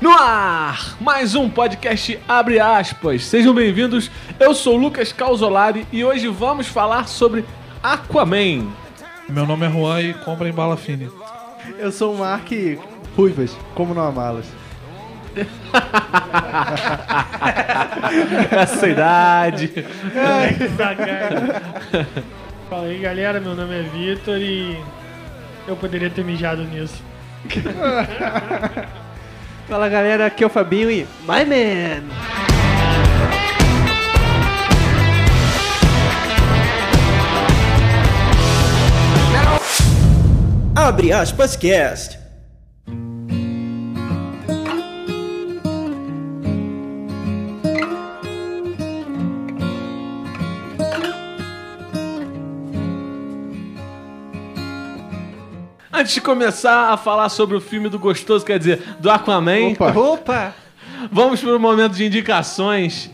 No ar! Mais um podcast Abre Aspas. Sejam bem-vindos. Eu sou o Lucas Calzolari e hoje vamos falar sobre Aquaman. Meu nome é Juan e compra em bala fine. Eu sou o Mark Ruivas, como não amá-las. Essa idade. Fala aí galera, meu nome é Vitor e eu poderia ter mijado nisso. Fala galera, aqui é o Fabinho e My Man! Abre aspas cast. Antes de começar a falar sobre o filme do gostoso, quer dizer, do Aquaman, Opa, Opa! vamos para o momento de indicações.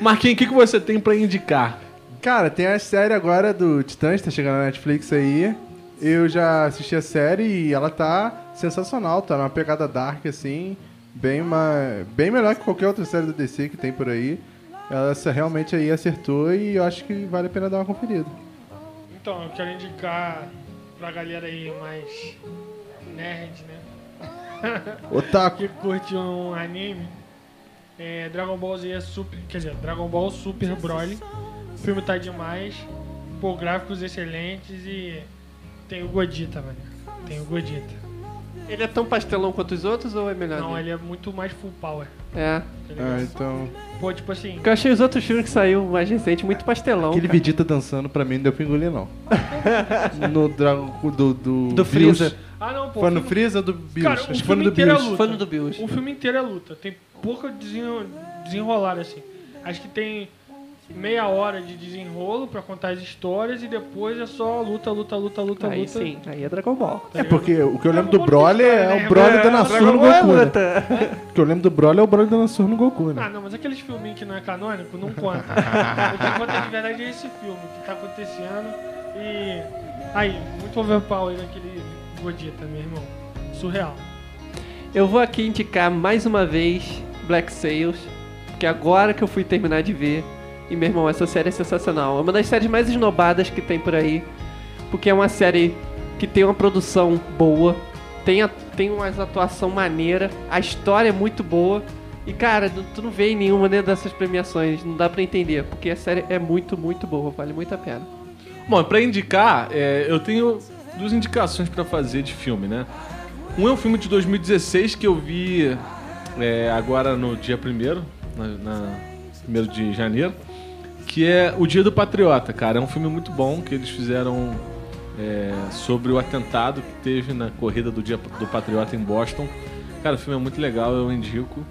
Marquinhos, o que, que você tem para indicar? cara, tem a série agora do Titãs, tá chegando na Netflix aí. Eu já assisti a série e ela tá sensacional, tá numa pegada dark assim, bem uma, bem melhor que qualquer outra série do DC que tem por aí. Ela essa realmente aí acertou e eu acho que vale a pena dar uma conferida. Então, eu quero indicar pra galera aí mais nerd, né? Otaku, Que curte um anime. É Dragon Ball Z Super. Quer dizer, Dragon Ball Super Broly. O filme tá demais. Pô, gráficos excelentes e tem o Godita, mano. Tem o Godita. Ele é tão pastelão quanto os outros ou é melhor? Não, dele? ele é muito mais full power. É. Tá ah, ligado? então Pô, tipo assim. Porque eu achei os outros filmes que saiu mais recente muito pastelão. aquele cara. Vegeta dançando pra mim não deu pra engolir não. No Dragon do do, Do Bills. Freeza. Ah não, pô. Foi o no filme- Freeza ou do Bills? Cara, o acho que foi filme no do inteiro é Bills. luta. Fã do Bills. O filme inteiro é luta, tem pouca desen- desenrolar assim. Acho que tem meia hora de desenrolo pra contar as histórias e depois é só luta, luta, luta, luta, Aí luta. sim, aí é Dragon Ball. É porque o que eu lembro do Dragon Ball Broly tem história, é né? o Broly É, dando a surra Dragon no Ball é Goku. né? luta. O que eu lembro do Broly é o Broly dando a surra no Goku, Ah, né? não, mas aqueles filminhos que não é canônico não conta. o que conta de verdade é esse filme que tá acontecendo e. Aí, muito overpower naquele Godita, meu irmão. Surreal. Eu vou aqui indicar mais uma vez Black Sails, porque é agora que eu fui terminar de ver. E meu irmão, essa série é sensacional. É uma das séries mais esnobadas que tem por aí. Porque é uma série que tem uma produção boa, tem, a, tem uma atuação maneira, a história é muito boa. E cara, tu- tu não vê em nenhuma né, dessas premiações, não dá pra entender, porque a série é muito, muito boa, vale muito a pena. Bom, pra indicar, é, eu tenho duas indicações pra fazer de filme, né? Um é um filme de 2016 que eu vi é, agora no dia 1 na, na 1 de janeiro, que é O Dia do Patriota, cara. É um filme muito bom que eles fizeram é, sobre o atentado que teve na corrida do Dia do Patriota em Boston. Cara, o filme é muito legal, eu indico.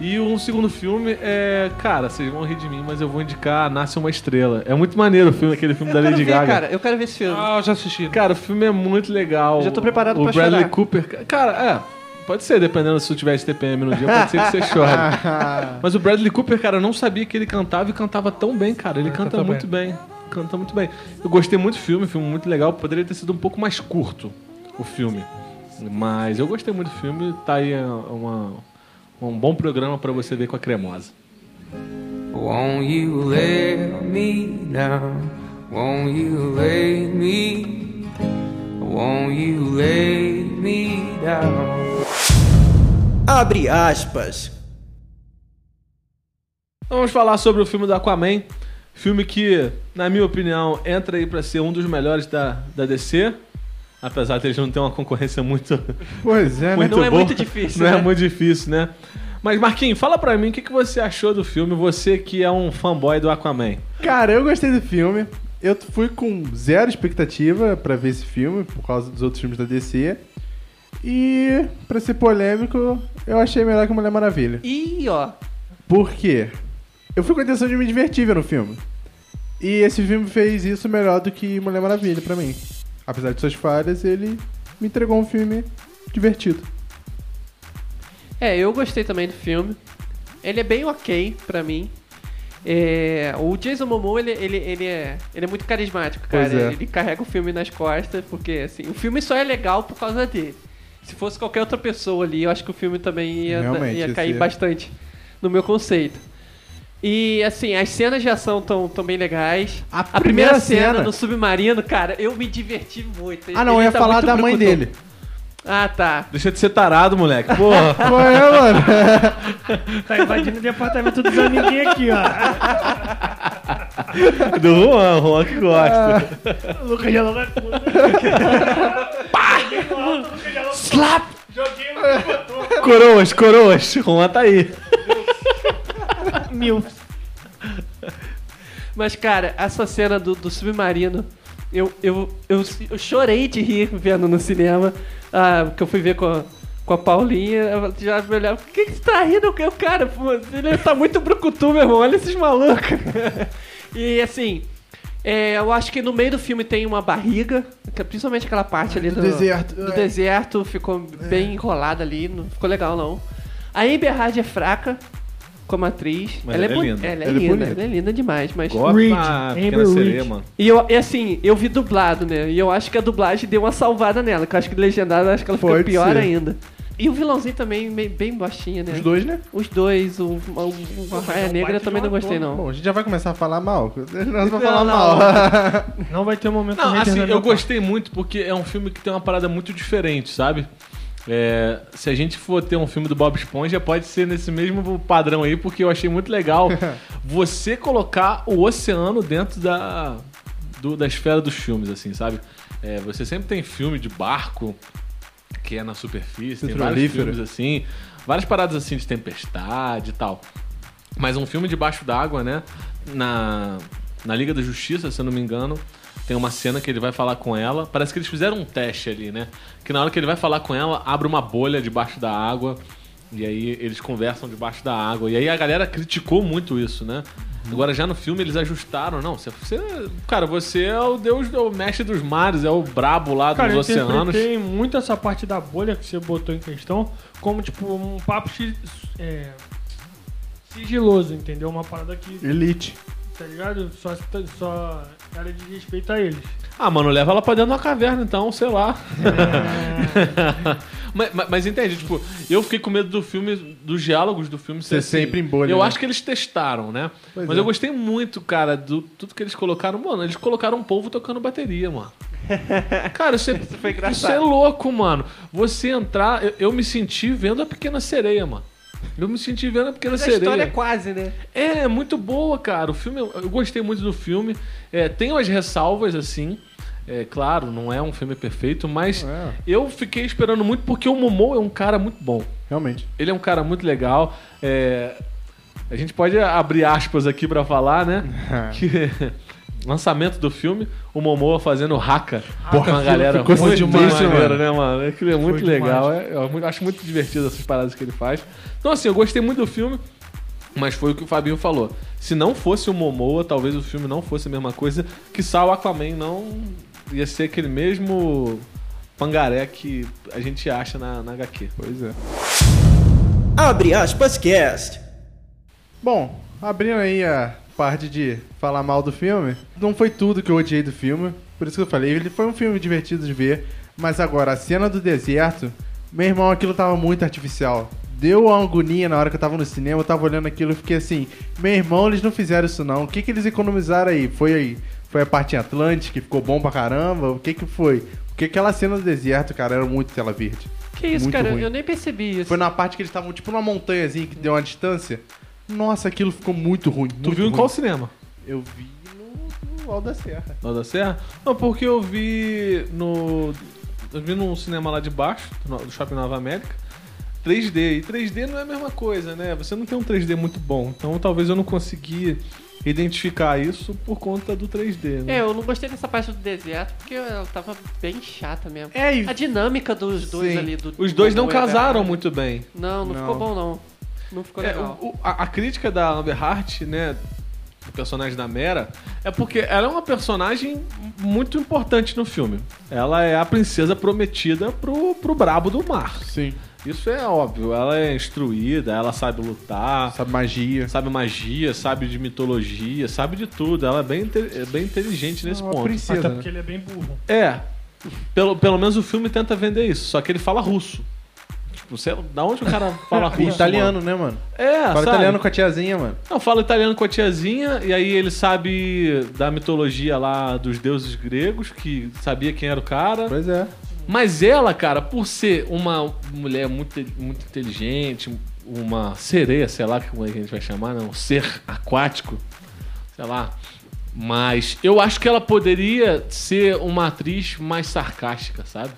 E um segundo filme é. Cara, vocês vão rir de mim, mas eu vou indicar Nasce uma Estrela. É muito maneiro o filme, aquele filme eu da quero Lady ver, Gaga. cara, eu quero ver esse filme. Ah, eu já assisti. Cara, o filme é muito legal. Já tô preparado o pra Bradley chorar. Cooper. Cara, é. Pode ser, dependendo se tu tiver de TPM no dia, pode ser que você chore. Mas o Bradley Cooper, cara, eu não sabia que ele cantava e cantava tão bem, cara. Ele Ele canta, canta muito bem. Canta muito bem. Eu gostei muito do filme, filme muito legal. Poderia ter sido um pouco mais curto o filme. Mas eu gostei muito do filme. Tá aí é, uma- um bom programa pra você ver com a cremosa. Won't you let me down? Won't you lay me? Won't you lay me down? Abre aspas. Então Vamos falar sobre o filme do Aquaman. Filme que, na minha opinião, entra aí pra ser um dos melhores da, da DC. Apesar de eles não terem uma concorrência muito, Pois é, né? muito não é boa. muito difícil, Não é né? muito difícil, né? Mas, Marquinhos, fala pra mim o que, que você achou do filme, você que é um fanboy do Aquaman. Cara, eu gostei do filme. Eu fui com zero expectativa pra ver esse filme, por causa dos outros filmes da DC. E, pra ser polêmico, eu achei melhor que Mulher Maravilha. Ih, ó. Por quê? Eu fui com a intenção de me divertir vendo o filme. E esse filme fez isso melhor do que Mulher Maravilha pra mim. Apesar de suas falhas, ele me entregou um filme divertido. É, eu gostei também do filme. Ele é bem ok pra mim. É, o Jason Momoa, ele, ele, ele, é, ele é muito carismático, cara. Pois é. Ele carrega o filme nas costas, porque assim, o filme só é legal por causa dele. Se fosse qualquer outra pessoa ali, eu acho que o filme também ia, Realmente, ia esse- cair bastante no meu conceito. E assim, as cenas de ação estão tão bem legais. A A primeira primeira cena, cena. no submarino, cara, eu me diverti muito. Ah, não, eu Ele ia tá falar muito da mãe brucutu. dele. Ah, tá. Deixa de ser tarado, moleque. Porra. Qual é, mano? Tá invadindo o departamento dos amiguinhos aqui, ó. do Juan, Juan que gosta. Lucas Gelão é puta. Joguei no alto, Lucas Gelão. Slap! Joguei no motor. Ah. Coroas, coroas. Juan tá aí. Mil. Mas, cara, essa cena do, do submarino, eu, eu, eu, eu chorei de rir vendo no cinema. Ah, que eu fui ver com a, com a Paulinha. Ela já me olhava, por que, que você tá rindo? Eu, cara, pô, ele tá muito brucutu, meu irmão. Olha esses malucos. e assim. é, eu acho que no meio do filme tem uma barriga, que- principalmente aquela parte ali Ah, do, deserto. do Ai. deserto, é. ficou bem enrolada ali, não ficou legal não. A Amber Heard é fraca como atriz, Mas ela, ela é é, linda. linda, ela é Ela é linda, bonita. ela é linda demais, mas Gosta Reed, da pequena Amber sereia, Reed. mano. e eu, e assim, eu vi dublado, né? E eu acho que a dublagem deu uma salvada nela, que eu acho que legendada, eu acho que ela ficou Pode pior ser. ainda. E o vilãozinho também, meio- bem baixinho, né? Os dois, né? Os dois, o, o, o Arraia Negra eu também não gostei, não. Bom, a gente já vai começar a falar mal. Nós vamos Não, não. falar mal. Não vai ter um momento Não, hater assim, na minha eu gostei muito porque é um filme que tem uma parada muito diferente, sabe? É, se a gente for ter um filme do Bob Esponja, pode ser nesse mesmo padrão aí, porque eu achei muito legal você colocar o oceano dentro da, do- da esfera dos filmes, assim, sabe? É, você sempre tem filme de barco que é na superfície, tem vários Petrolífero. filmes assim, várias paradas assim de tempestade e tal. Mas um filme debaixo d'água, né? Na, na Liga da Justiça, se eu não me engano, tem uma cena que ele vai falar com ela. Parece que eles fizeram um teste ali, né? Que na hora que ele vai falar com ela, abre uma bolha debaixo da água. E aí eles conversam debaixo da água. E aí a galera criticou muito isso, né? Agora já no filme eles ajustaram. Não, você, você- Cara, você é o deus, é o mestre dos mares, é o brabo lá dos Cara, eu oceanos. interpretei muito essa parte da bolha que você botou em questão como, tipo, um papo chi- é, sigiloso, entendeu? Uma parada que, Elite. tá ligado? Só, só era de respeito a eles. Ah, mano, leva ela pra dentro de uma caverna, então, sei lá. É. mas, mas- mas entende, tipo, eu fiquei com medo do filme, dos diálogos do filme assim. Ser sempre em bolha, Eu né? acho que eles testaram, né? Pois mas é. eu gostei muito, cara, do tudo que eles colocaram. Mano, eles colocaram um povo tocando bateria, mano. Cara, isso é, isso, foi engraçado. é louco, mano. Você entrar, eu, eu me senti vendo a pequena sereia, mano. Eu me senti vendo a pequena Mas a sereia. história é quase, né? É, é muito boa, cara. O filme, eu gostei muito do filme. É, tem umas ressalvas, assim. É, claro, não é um filme perfeito, mas É. eu fiquei esperando muito porque o Momô é um cara muito bom. Realmente. Ele é um cara muito legal. É, a gente pode abrir aspas aqui pra falar, né? que lançamento do filme, o Momoa fazendo haka com a galera. ficou muito sinistro, maneiro, mano. né, mano? Aquilo é muito Foi legal. é- eu mu- acho muito divertido essas paradas que ele faz. Então, assim, eu gostei muito do filme. Mas foi o que o Fabinho falou. Se não fosse o Momoa, talvez o filme não fosse a mesma coisa. Que o Aquaman não ia ser aquele mesmo pangaré que a gente acha na, na HQ. Pois é. Abre aspas cast. Bom, abrindo aí a parte de falar mal do filme, não foi tudo que eu odiei do filme, por isso que eu falei, ele foi um filme divertido de ver, mas agora a cena do deserto, meu irmão, aquilo tava muito artificial. Deu uma agonia na hora que eu tava no cinema, eu tava olhando aquilo e fiquei assim, meu irmão, eles não fizeram isso não. O que que eles economizaram aí? Foi aí, foi a parte em Atlântica que ficou bom pra caramba? O que que foi? Porque aquela cena do deserto, cara, era muito tela verde. Que isso, Muito cara? ruim. Eu nem percebi isso. Foi na parte que eles estavam tipo numa montanhazinha que deu uma distância. Nossa, aquilo ficou muito ruim. Tu viu em qual cinema? Eu vi no, no Alto da Serra. Lá da Serra? Não, porque eu vi no. Eu vi num cinema lá de baixo, no- do Shopping Nova América. 3D. E 3D não é a mesma coisa, né? Você não tem um 3D muito bom. Então talvez eu não consegui identificar isso por conta do 3D. Né? É, eu não gostei dessa parte do deserto porque ela tava bem chata mesmo. É, e- A dinâmica dos dois Sim. ali. Do, Os dois não do- é- casaram muito bem. Não, não, Não. ficou bom não. Não ficou É, legal. o- o- a, a crítica da Amber Hart, né, do personagem da Mera, é porque ela é uma personagem muito importante no filme. Ela é a princesa prometida pro, pro brabo do mar. Sim. Isso é óbvio. Ela é instruída, ela sabe lutar, Sabe magia. sabe magia, sabe de mitologia, sabe de tudo. Ela é bem, inte- é bem inteligente nesse É uma ponto. princesa, né? Porque ele é bem burro. É. Pelo, pelo menos o filme tenta vender isso, só que ele fala russo. Tipo, sei, lá, da onde o cara fala russo? E italiano, mano? né, mano? É, Fala sabe? italiano com a tiazinha, mano. Não, fala italiano com a tiazinha, e aí ele sabe da mitologia lá dos deuses gregos, que sabia quem era o cara. Pois é. Mas ela, cara, por ser uma mulher muito, muito inteligente, uma sereia, sei lá como é que a gente vai chamar, não, um ser aquático, sei lá. Mas eu acho que ela poderia ser uma atriz mais sarcástica, sabe?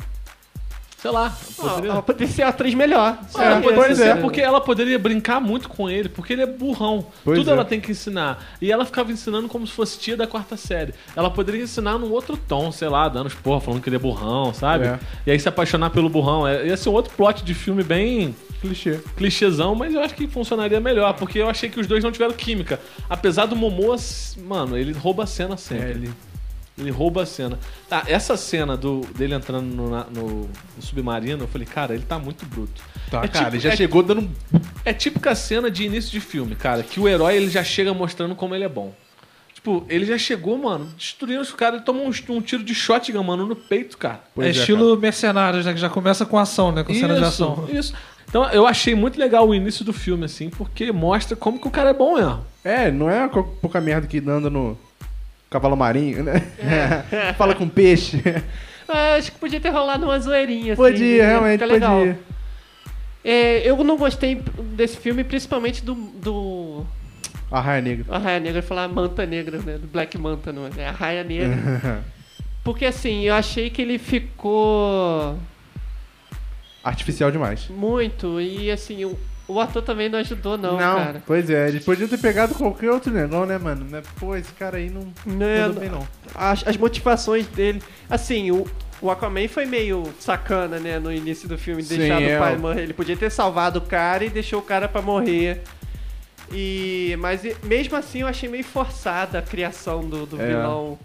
Sei lá. Ah, poderia- Ela poderia ser a atriz melhor. é, Ela poderia pois ser- é, porque ela poderia brincar muito com ele, porque ele é burrão. Pois Tudo é. ela tem que ensinar. E ela ficava ensinando como se fosse tia da quarta série. Ela poderia ensinar num outro tom, sei lá, dando os porra, falando que ele é burrão, sabe? É. E aí se apaixonar pelo burrão. É, ia ser um outro plot de filme bem Clichê. clichêzão, mas eu acho que funcionaria melhor, porque eu achei que os dois não tiveram química. Apesar do Momoa, s- mano, ele rouba a cena sempre. É, ele... ele- rouba a cena. Ah, essa cena do, dele entrando no, na- no- no submarino, eu falei, cara, ele tá muito bruto. Tá, É cara, tipo- ele já é- chegou dando um É típica cena de início de filme, cara, que o herói ele já chega mostrando como ele é bom. Tipo, ele já chegou, mano, destruindo os caras, ele toma um, um tiro de shotgun, mano, no peito, cara. Pois é é, estilo mercenários, né? Que já começa com ação, né? Com cena de ação. isso. Então eu achei muito legal o início do filme, assim, porque mostra como que o cara é bom mesmo. É, não é co- pouca merda que anda no cavalo marinho, né? Fala com peixe. Ah, acho que podia ter rolado uma zoeirinha. assim, Podia, ia realmente, ficar podia. legal. É, eu não gostei desse filme, principalmente do, do A raia negra. Arraia Negra. Eu ia falar Manta Negra, né? Do Black Manta, não é? É Arraia Negra. Porque assim, eu achei que ele ficou Artificial demais. muito. E assim, o, o ator também não ajudou, não, cara. pois é, eles podiam ter pegado qualquer outro negão, né, mano? Né? Pô, esse cara aí não Né, mandou bem, não. as, as motivações dele. Assim, o, o Aquaman foi meio sacana, né? No início do filme, Sim, deixar é. o pai morrer. Ele podia ter salvado o cara e deixou o cara pra morrer. E, mas e- mesmo assim eu achei meio forçada a criação do, do É. vilão.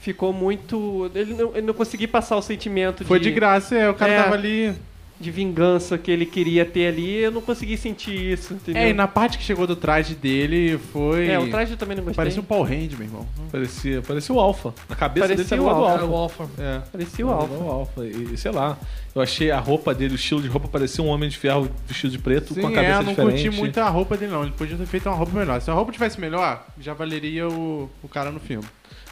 Ficou muito. Ele não, eu não consegui passar o sentimento Foi de graça, é. O cara É. tava ali. de vingança que ele queria ter ali. Eu não consegui sentir isso, entendeu? É, e na parte que chegou do traje dele foi. É, o traje eu também não gostei. Parecia um Paul Hand, meu irmão. Parecia, parecia o Alpha. A cabeça Parecia dele o tá do Alpha. Alpha. É o Alpha. É. Parecia o Alpha. O Alpha. E, e sei lá, eu achei a roupa dele, o estilo de roupa, parecia um homem de ferro vestido de preto, com a Sim, cabeça é, eu não diferente. curti muito a roupa dele, não. Ele podia ter feito uma roupa melhor. Se a roupa tivesse melhor, já valeria o, o cara no filme.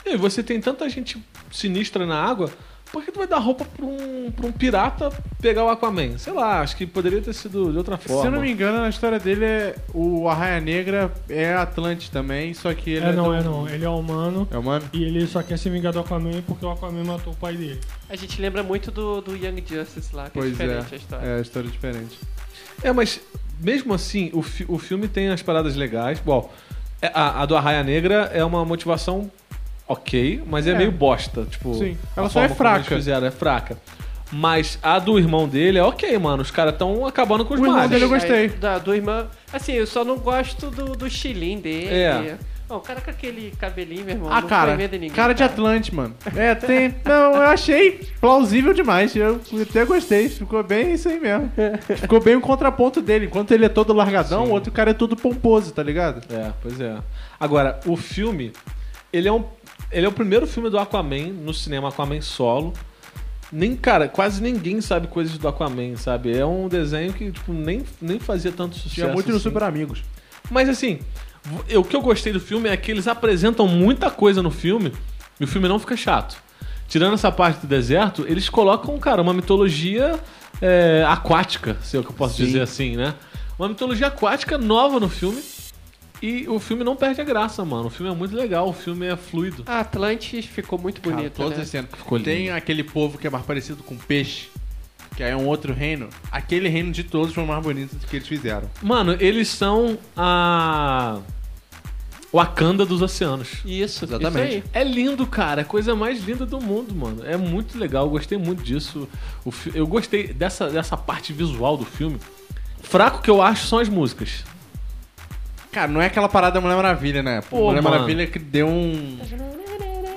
E você tem tanta gente sinistra na água, por que tu vai dar roupa pra um, pra um pirata pegar o Aquaman? Sei lá, acho que poderia ter sido de outra forma. Se eu não me engano, na história dele, é- o Arraia Negra é Atlante também, só que ele é, não, do- é não. Ele é humano É humano? e ele só quer se vingar do Aquaman porque o Aquaman matou o pai dele. A gente lembra muito do, do Young Justice lá, que é Pois é. diferente a história. É, história diferente. É, mas mesmo assim, o, fi- o filme tem as paradas legais. Bom, é- a, a do Arraia Negra é uma motivação ok, mas é, É. meio bosta. Tipo, Sim. Ela a só é forma como eles fraca. Fizeram, é fraca. Mas a do irmão dele é ok, mano. Os caras estão acabando com os O irmão mares. dele é eu gostei. Da, do irmão. Assim, eu só não gosto do, do chilim dele. É. Ó, o cara com aquele cabelinho, meu irmão, Ah, não cara, foi medo em ninguém. cara de Atlante, mano. É, tem. Não, eu achei plausível demais. Eu até gostei. Ficou bem isso aí mesmo. Ficou bem o contraponto dele. Enquanto ele é todo largadão, o outro cara é todo pomposo, tá ligado? É, pois é. Agora, o filme, ele é um. Ele é o primeiro filme do Aquaman no cinema, Aquaman solo. Nem, cara, quase ninguém sabe coisas do Aquaman, sabe? É um desenho que, tipo, nem, nem fazia tanto sucesso. Tinha muito no assim. Super Amigos. Mas assim, v- eu- o que eu gostei do filme é que eles apresentam muita coisa no filme e o filme não fica chato. Tirando essa parte do deserto, eles colocam, cara, uma mitologia é, aquática, se é o que eu posso Sim. dizer assim, né? Uma mitologia aquática nova no filme. E o filme não perde a graça, mano. O filme é muito legal, o filme é fluido. A Atlantis ficou muito bonita. todas né? as cenas. Ficou lindo. Tem aquele povo que é mais parecido com peixe. que aí é um outro reino, aquele reino de todos foi o mais bonito que eles fizeram. Mano, eles são a. Wakanda dos oceanos. Isso, Exatamente. isso É aí. lindo, cara. É a coisa mais linda do mundo, mano. É muito legal. Eu gostei muito disso. O fi- Eu gostei dessa, dessa parte visual do filme. Fraco que eu acho são as músicas. Cara, não é aquela parada da Mulher Maravilha, né? Pô, Mulher mano. Maravilha que deu um.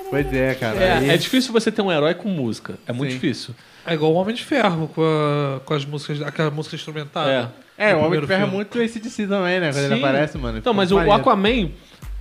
Pois é, cara. Aí- É, é difícil você ter um herói com música. É muito Sim. difícil. É igual o Homem de Ferro com, a- com as músicas, aquela música instrumental. É. É, o Homem de No primeiro Ferro é filme. muito esse de si também, né? Quando ele Sim. aparece, mano. Então, Fica é mas o maneiro. Aquaman,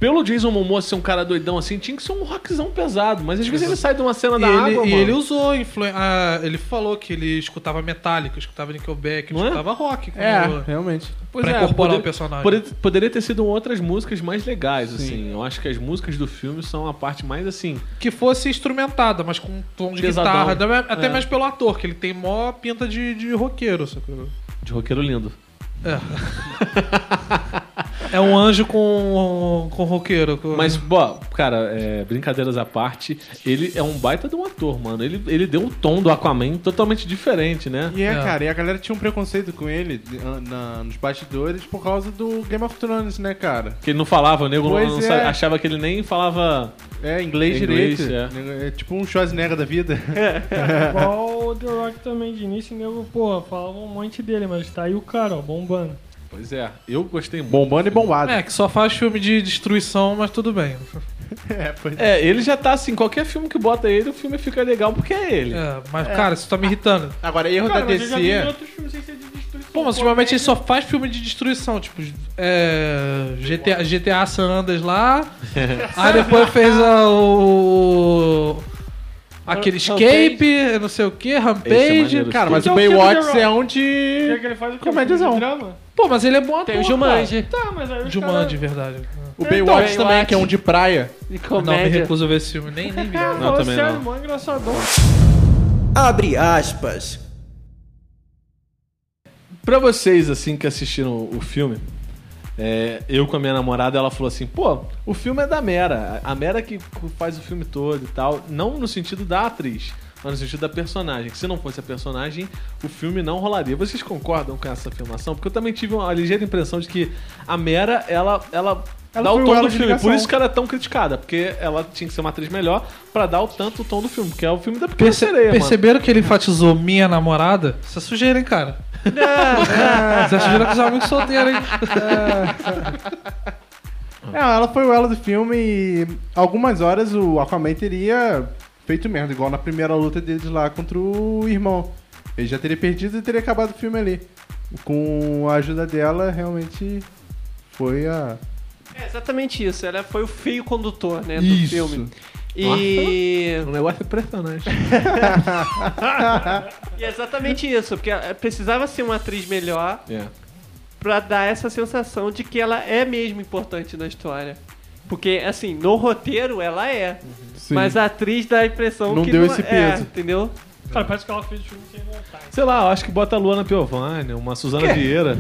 pelo Jason Momoa ser um cara doidão assim, tinha que ser um rockzão pesado. Mas às vezes ele sai de uma cena E da ele, água, e mano. ele usou, influ- ah, ele falou que ele escutava Metallica, escutava Nickelback, Não é? escutava rock. como- É, realmente. Pois pra é, incorporar o personagem. poder- poderia ter sido outras músicas mais legais, assim. Eu acho que as músicas do filme são a parte mais assim. Que fosse instrumentada, mas com um tom de Pesadão. guitarra. até- Até É. mais pelo ator, que ele tem mó pinta de, de roqueiro, sacou? De roqueiro lindo. É um anjo com, com roqueiro. com- Mas, bom, cara, é, brincadeiras à parte, ele é um baita de um ator, mano. Ele, ele deu um tom do Aquaman totalmente diferente, né? E é, É. cara, e a galera tinha um preconceito com ele de- na- nos bastidores por causa do Game of Thrones, né, cara? Que ele não falava, o nego não, Pois não é. sa- achava que ele nem falava. É, inglês, Inglês, direito. É. tipo um Schwarzenegger da vida. Igual o The Rock também de início, nego, porra, falava um monte dele, mas tá aí o cara, ó, bombando. Pois é, eu gostei muito. Bombando e bombado. É, que só faz filme de destruição, mas tudo bem. É, pois É, ele já tá assim, qualquer filme que bota ele, o filme fica legal porque é ele. É, mas, cara, isso tá me irritando. Agora, erro Cara, da é mas eu já vi em DC. outros filmes sem ser de destruição. Pô, mas Pô, ultimamente né? ele só faz filme de destruição, tipo, é, GTA, GTA San Andreas lá, aí depois fez a- o... aquele Escape, não sei o Ah, que, Esse é Rampage, maneiro, Cara, mas Então, o o que que Baywatch eu- é O que é onde. que ele faz o quê? Comédiazão. Filme de drama? Pô, mas ele é bom ator, Tem o Jumanji. Tá, mas aí os Jumanji, de cara- verdade. O Baywatch Então, também, Baywatch. que é um de praia. De Não, me comédia. recuso a ver esse filme, nem, nem vi. Ah, Não, falou também sério, não. mó engraçadão. Abre aspas. Pra vocês, assim, que assistiram o filme, é, eu com a minha namorada, ela falou assim, pô, o filme é da Mera. A Mera que faz o filme todo e tal. Não no sentido da atriz, mas no sentido da personagem. Que se não fosse a personagem, o filme não rolaria. Vocês concordam com essa afirmação? Porque eu também tive uma ligeira impressão de que a Mera, ela... ela Ela dá foi o o tom elo do de filme, por ligação. isso que ela é tão criticada, porque ela tinha que ser uma atriz melhor pra dar o tanto o tom do filme, que é o filme da pequena Perce- sereia, mano. perceberam que ele enfatizou minha namorada? Isso é sujeira, hein, cara? Isso é sujeira com os amigos solteiros, hein? É, ela foi o elo do filme e algumas horas o Aquaman teria feito merda, igual na primeira luta deles lá contra o irmão. Ele já teria perdido e teria acabado o filme ali. Com a ajuda dela, realmente foi a. É exatamente isso. Ela foi o fio condutor, né, do Isso. filme. E... O negócio é impressionante. e é exatamente isso, porque ela- precisava ser uma atriz melhor É. pra dar essa sensação de que ela é mesmo importante na história. Porque, assim, no roteiro ela é, Sim. mas a atriz dá a impressão Não que deu não esse é, peso. entendeu? Cara, parece que ela fez o filme sem vontade. Sei lá, eu acho que bota a Luana Piovani, uma Suzana Vieira.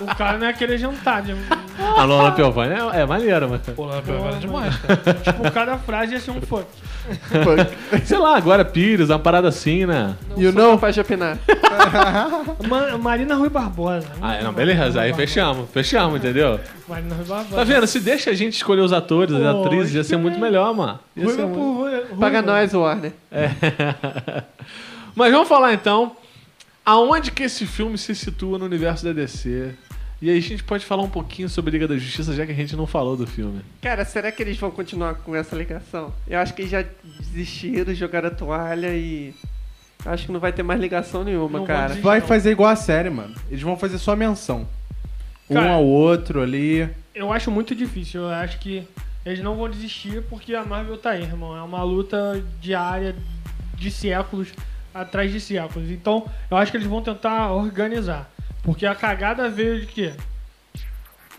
O cara não ia querer jantar. né? De... A Luana Piovani é, é maneira, mas. Pô, lá, é demais, cara. tipo, cada frase ia ser um funk. Sei lá, agora Pires, uma parada assim, né? E o não faz apenar. Ma- Marina Rui Barbosa. Ah, não, beleza, aí fechamos, fechamos, entendeu? Marina Rui Barbosa. Tá vendo? Se deixa a gente escolher os atores, as Pô, atrizes, ia isso ser muito melhor, mano. Ia Ruiva ser por muito- Rui- Ruiva. Paga nós, Warner. Mas vamos falar então, aonde que esse filme se situa no universo da DC? E aí a gente pode falar um pouquinho sobre Liga da Justiça, já que a gente não falou do filme. Cara, será que eles vão continuar com essa ligação? Eu acho que eles já desistiram, jogaram a toalha e. Acho que não vai ter mais ligação nenhuma, Não vão cara. desistir. Vai fazer igual a série, mano. Eles vão fazer só menção. Cara. Um ao outro ali. Eu acho muito difícil. Eu acho que eles não vão desistir porque a Marvel tá aí, irmão. É uma luta diária de séculos atrás de séculos. Então, eu acho que eles vão tentar organizar. Porque a cagada veio de quê?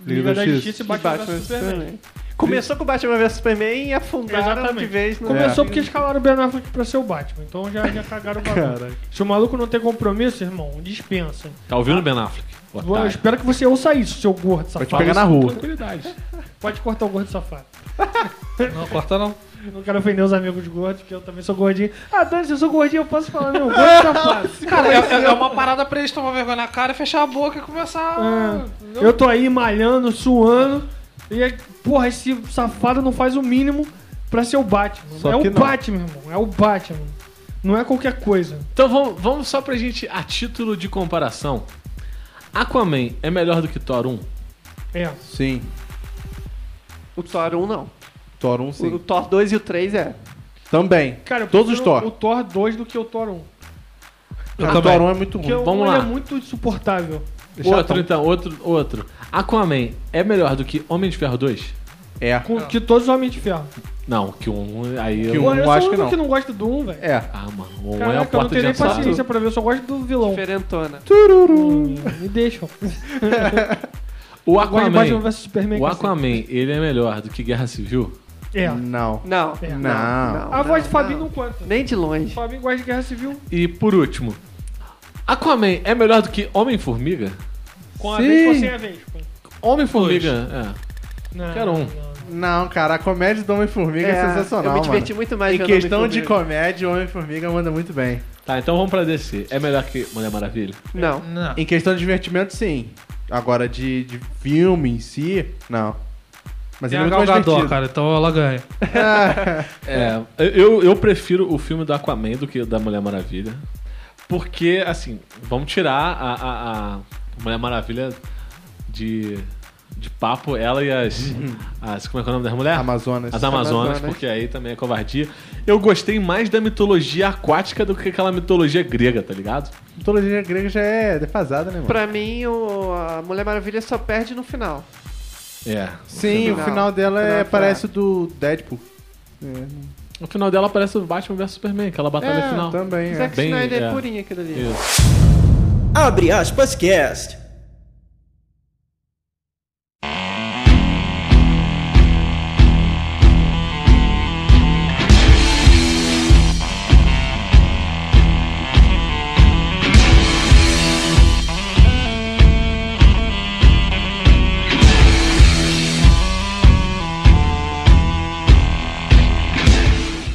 Liga da Justiça e Batman Batman vs vs Superman. Começou com o Batman vs Superman e afundaram Exatamente. de vez no. É. Começou É, porque escalaram o Ben Affleck pra ser o Batman. Então já, já cagaram o bagulho. Se o maluco não tem compromisso, irmão, dispensa. Tá ouvindo, Ben Affleck? Boa Vou- eu tarde. espero que você ouça isso, seu gordo Pra te safado. pegar na rua. Tranquilidade. Pode cortar o gordo safado. Não, corta não. Não quero ofender os amigos gordos, porque eu também sou gordinho. Ah, Dani, se eu sou gordinho, eu posso falar meu gordo safado. Cara, é, é- é uma parada pra eles tomar vergonha na cara, fechar a boca e começar. Ah, eu tô aí malhando, suando. E, é- porra, esse safado não faz o mínimo pra ser o Batman. Só é o que não. Batman, irmão. É o Batman. Não é qualquer coisa. Então vamos, vamos só pra gente, a título de comparação. Aquaman é melhor do que Thor 1? É. Sim. O Thor 1 não. Thor 1 O sim. Thor 2 e o 3 é. Também. Cara, eu Todos os prefiro Thor. O Thor 2 do que o Thor 1. Mas o Thor 1 é muito ruim. Porque o Vamos 1 lá. é muito insuportável. Outro, então, outro, outro. Aquaman é melhor do que Homem de Ferro 2? É. Com, que todos os Homens de Ferro. Não, que o 1 aí Que eu... o Pô, um eu acho sou o único que não. que não gosta do 1, velho. É. Ah, mano, o 1 é a Caraca, eu não porta tenho de nem entrada. paciência pra ver, eu só gosto do vilão. Hum, Diferentona. Me deixa. O Agora um de Batman Aquaman, vs Superman. o cacete. Aquaman, ele é melhor do que Guerra Civil? É. Não. Não. É. Não. Não. não, A voz de não. Fabinho não conta. Nem de longe. Fabinho gosta de guerra civil. E por último, Aquaman é melhor do que Homem-Formiga? Com a Sim. vez ou sem a vez. Homem-Formiga, é. Não, Quero um. não. Não, cara, a comédia do Homem-Formiga é, sensacional, Eu me diverti mano. muito mais Em vendo questão de Homem-Formiga. comédia, o Homem-Formiga manda muito bem. é. Tá, então vamos pra DC. É melhor que Mulher Maravilha? Não. Não. Em questão de divertimento, sim. Agora, de, de filme em si, não. Mas Tem ele é muito a Gal mais Gadot, divertido. cara, então ela ganha. É, eu, eu prefiro o filme do Aquaman do que o da Mulher Maravilha. Porque, assim, vamos tirar a, a- a Mulher Maravilha de, de papo, ela e as, as. Como é que é o nome das mulheres? Amazonas. As Amazonas, Amazonas. porque aí também é covardia. Eu gostei mais da mitologia aquática do que aquela mitologia grega, tá ligado? A mitologia grega já é defasada, né, mano? Pra mim, o- a Mulher Maravilha só perde no final. É. Sim, Não, o final dela não é, é pra- parece o do Deadpool. No final dela aparece o Batman vs Superman, aquela batalha É, final. também. É. Zack Bem, Snyder é. é purinho aquilo ali. Isso. Abre aspas cast.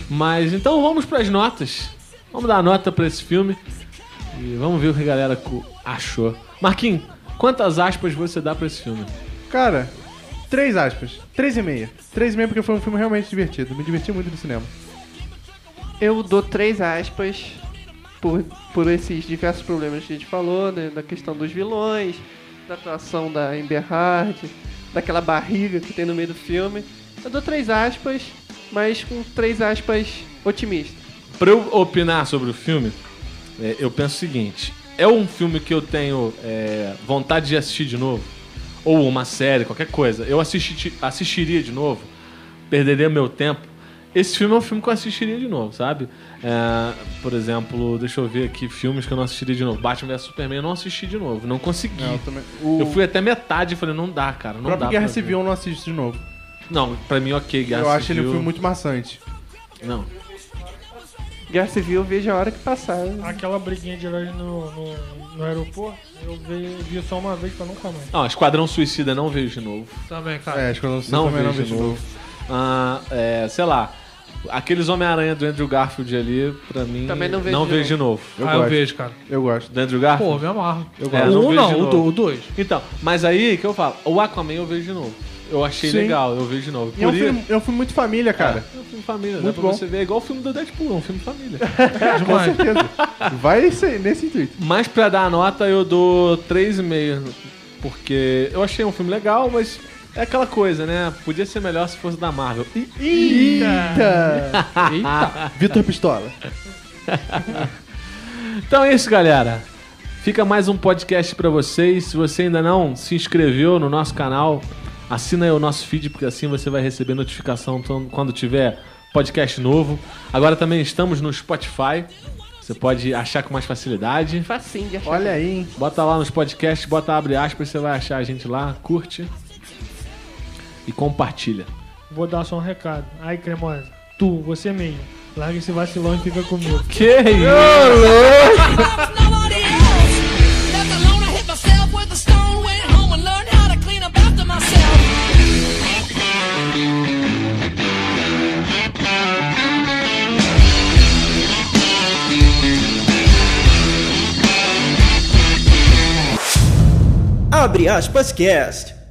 Mas então vamos pras notas. Vamos dar nota pra esse filme. E vamos ver o que a galera co- achou. Marquinhos, quantas aspas você dá pra esse filme? Cara, três aspas. Três e meia. Três e meia porque foi um filme realmente divertido. Me diverti muito no cinema. Eu dou três aspas por, por esses diversos problemas que a gente falou, né? Da questão dos vilões, da atuação da Amber Hard, daquela barriga que tem no meio do filme. Eu dou três aspas, mas com três aspas otimistas. Pra eu opinar sobre o filme, é, eu penso o seguinte: é um filme que eu tenho é, vontade de assistir de novo, ou uma série, qualquer coisa. Eu assisti, assistiria de novo, perderia meu tempo. Esse filme é um filme que eu assistiria de novo, sabe? É, por exemplo, deixa eu ver aqui filmes que eu não assistiria de novo. Batman vs Superman eu não assisti de novo, não consegui. O Eu fui até metade e falei, não dá, cara. Não dá próprio Guerra pra ver. Civil eu não assisto de novo. Não, pra mim ok, Guerra eu acho Civil. ele um filme muito maçante. Não. Guerra Civil, veja a hora que passar. Aquela briguinha de heróis no, no, no aeroporto, eu vi, vi só uma vez pra nunca mais. Não, Esquadrão Suicida não veio de novo. Também, cara. É, acho que eu não sei Não também não vejo vejo de novo. novo. Ah, é, sei lá. Aqueles Homem-Aranha do Andrew Garfield ali, pra mim. Também não vejo de vejo de novo. Eu ah, eu gosto. vejo, cara. Eu gosto. Do Andrew Garfield? Pô, me amarro. Eu É, gosto. Eu o um vejo de não, o novo. do- o dois. Então, mas aí que eu falo, o Aquaman eu vejo de novo. Eu achei Sim. legal, eu vejo de novo. E é um Por isso- filme, é um filme muito família, cara. É um filme família, dá Muito pra bom. você ver. É igual o filme do Deadpool, é um filme família. Com Demais. certeza. Vai ser nesse intuito. mas pra dar a nota, eu dou 3,5. Porque eu achei um filme legal, mas é aquela coisa, né? Podia ser melhor se fosse da Marvel. E Eita! Eita. Vitor Pistola. Então é isso, galera. Fica mais um podcast pra vocês. Se você ainda não se inscreveu no nosso canal, assina aí o nosso feed, porque assim você vai receber notificação tão- quando tiver podcast novo. Agora também estamos no Spotify. Você pode achar com mais facilidade. Facinho de achar. Olha aí, hein? Bota lá nos podcasts, bota abre aspas, você vai achar a gente lá. Curte e compartilha. Vou dar só um recado. Aí, cremosa, tu, você mesmo, larga esse vacilão e fica comigo. Que isso? nobody else. Left alone, I hit myself with a stone. Went home and learned how to clean up after myself. Abre aspas cast.